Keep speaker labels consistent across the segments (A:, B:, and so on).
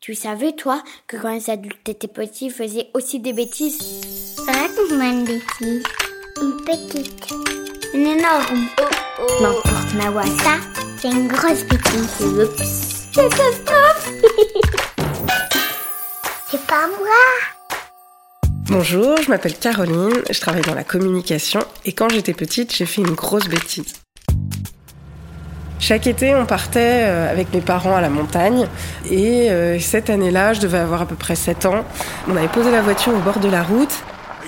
A: Tu savais, toi, que quand les adultes étaient petits, ils faisaient aussi des bêtises
B: Raconte-moi une bêtise. Une petite. Une énorme.
A: N'importe, Mawa.
B: Oh, Ça, c'est une grosse bêtise.
A: Oups.
B: Catastrophe C'est pas moi
C: Bonjour, je m'appelle Caroline, je travaille dans la communication et quand j'étais petite, j'ai fait une grosse bêtise. Chaque été, on partait euh, avec mes parents à la montagne et euh, cette année-là, je devais avoir à peu près 7 ans. On avait posé la voiture au bord de la route.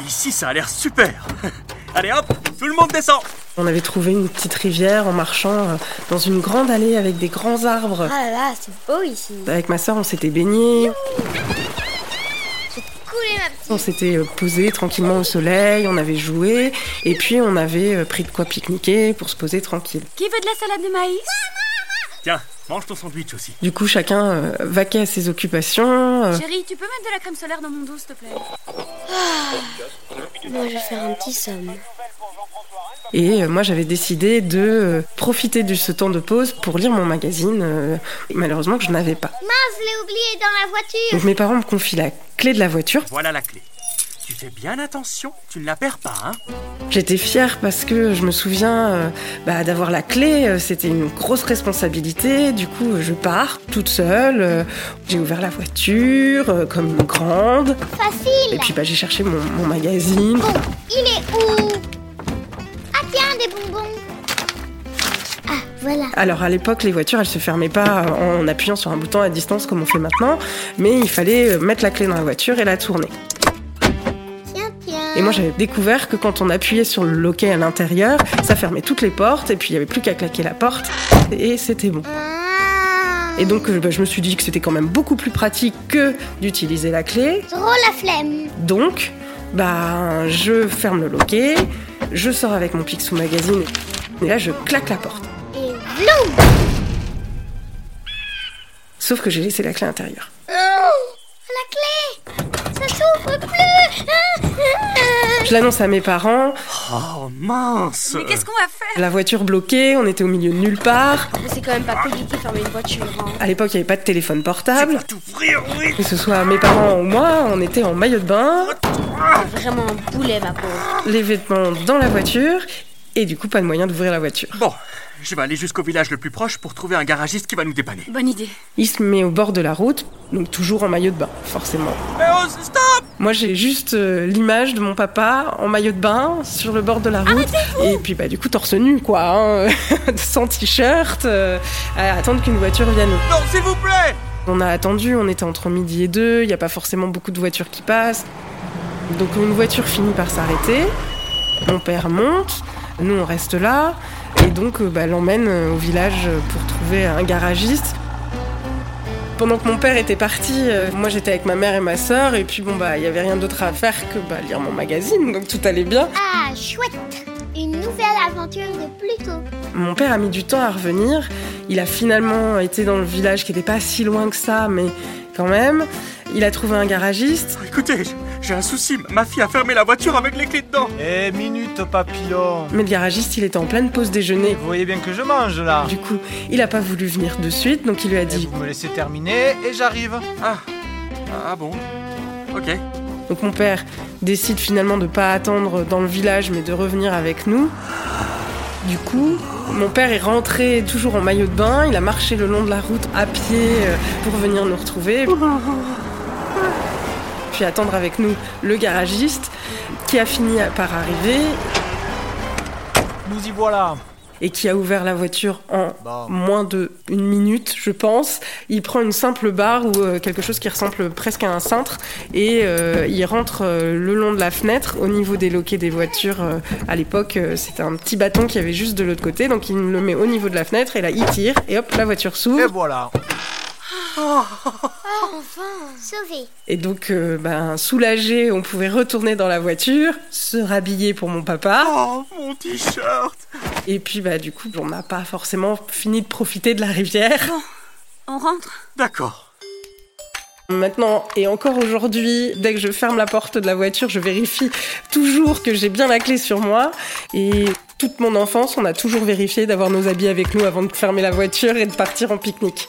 D: Ici, ça a l'air super. Allez hop, tout le monde descend.
C: On avait trouvé une petite rivière en marchant euh, dans une grande allée avec des grands arbres.
A: Ah là là, c'est beau ici.
C: Avec ma sœur, on s'était baigné,
B: Coulez ma petite.
C: on s'était euh, posé tranquillement au soleil, on avait joué et puis on avait euh, pris de quoi pique-niquer pour se poser tranquille.
E: Qui veut de la salade de maïs
D: Tiens, mange ton sandwich aussi.
C: Du coup, chacun euh, vaquait à ses occupations. euh,
E: Chérie, tu peux mettre de la crème solaire dans mon dos, s'il te plaît
A: Moi, je vais faire un petit somme.
C: et euh, moi, j'avais décidé de euh, profiter de ce temps de pause pour lire mon magazine, euh, et malheureusement que je n'avais pas.
B: Je l'ai oublié dans la voiture.
C: Donc mes parents me confient la clé de la voiture.
D: Voilà la clé. Tu fais bien attention, tu ne la perds pas, hein.
C: J'étais fière parce que je me souviens euh, bah, d'avoir la clé, euh, c'était une grosse responsabilité. Du coup, euh, je pars toute seule. euh, J'ai ouvert la voiture euh, comme une grande.
B: Facile.
C: Et puis bah, j'ai cherché mon, mon magazine.
B: Bon, il est où Ah tiens, des bonbons. Ah, voilà.
C: Alors à l'époque, les voitures, elles se fermaient pas euh, en appuyant sur un bouton à distance comme on fait maintenant, mais il fallait euh, mettre la clé dans la voiture et la tourner.
B: Tiens, tiens.
C: Et moi, j'avais découvert que quand on appuyait sur le loquet à l'intérieur, ça fermait toutes les portes et puis il y avait plus qu'à claquer la porte et c'était bon.
B: Ah.
C: Et donc, euh, bah, je me suis dit que c'était quand même beaucoup plus pratique que d'utiliser la clé.
B: Trop la flemme.
C: Donc, bah, je ferme le loquet, je sors avec mon Picsou Magazine et là, je claque la porte.
B: Et bloum
C: Sauf que j'ai laissé la clé à l'intérieur.
B: La clé Ça s'ouvre plus Ah,
C: Je l'annonce à mes parents,
D: Oh mince.
E: Mais qu'est-ce qu'on va faire
C: la voiture bloquée, on était au milieu de nulle part.
A: C'est quand même pas compliqué de fermer une voiture. hein.
C: À l'époque, il n'y avait pas de téléphone portable.
D: Tout ouvrir, oui.
C: Que ce soit mes parents ou moi, on était en maillot de bain,
A: Vraiment un boulet, ma pauvre.
C: les vêtements dans la voiture, et du coup, pas de moyen d'ouvrir la voiture.
D: Bon, je vais aller jusqu'au village le plus proche pour trouver un garagiste qui va nous dépanner.
E: Bonne idée.
C: Il se met au bord de la route, donc toujours en maillot de bain, forcément.
D: Mais oh, stop
C: Moi, j'ai juste euh, l'image de mon papa en maillot de bain sur le bord de la route. Et puis, bah, du coup, torse nu, quoi, hein, sans t-shirt, euh, à attendre qu'une voiture vienne.
D: Non, s'il vous plaît
C: On a attendu, on était entre midi et deux, il n'y a pas forcément beaucoup de voitures qui passent. Donc, une voiture finit par s'arrêter. Mon père monte, nous, on reste là. Et donc, euh, bah, l'emmène euh, au village euh, pour trouver un garagiste. Pendant que mon père était parti, euh, moi j'étais avec ma mère et ma sœur, et puis bon bah il y avait rien d'autre à faire que bah, lire mon magazine, donc tout allait bien.
B: Ah, chouette Une nouvelle aventure de Pluto.
C: Mon père a mis du temps à revenir. Il a finalement été dans le village qui n'était pas si loin que ça, mais quand même. Il a trouvé un garagiste.
D: Écoutez, j'ai un souci, ma fille a fermé la voiture avec les clés dedans.
F: Eh, minute papillon
C: Mais le garagiste, il était en pleine pause déjeuner.
F: Vous voyez bien que je mange là
C: Du coup, il a pas voulu venir de suite, donc il lui a
F: Eh,
C: dit.
F: Vous me laissez terminer et j'arrive
D: Ah, ah bon Ok.
C: Donc mon père décide finalement de pas attendre dans le village, mais de revenir avec nous. Du coup, mon père est rentré toujours en maillot de bain. Il a marché le long de la route à pied euh, pour venir nous retrouver. Puis attendre avec nous le garagiste qui a fini par arriver
F: Nous y voilà
C: et qui a ouvert la voiture en
F: Bon.
C: moins de une minute, je pense. Il prend une simple barre ou euh, quelque chose qui ressemble presque à un cintre et euh, il rentre euh, le long de la fenêtre au niveau des loquets des voitures. euh, à l'époque, euh, c'était un petit bâton qu'il y avait juste de l'autre côté, donc il le met au niveau de la fenêtre et là il tire et hop, la voiture
F: Et
C: s'ouvre.
F: voilà
B: Sauvé.
C: Et donc, euh, ben soulagé, on pouvait retourner dans la voiture, se rhabiller pour mon
E: Ah.
C: papa.
D: Oh, mon t-shirt
C: Et puis, bah du coup, on n'a pas forcément fini de profiter de la rivière.
E: On rentre
D: D'accord.
C: Maintenant et encore aujourd'hui, dès que je ferme la porte de la voiture, je vérifie toujours que j'ai bien la clé sur moi. Et toute mon enfance, on a toujours vérifié d'avoir nos habits avec nous avant de fermer la voiture et de partir en pique-nique.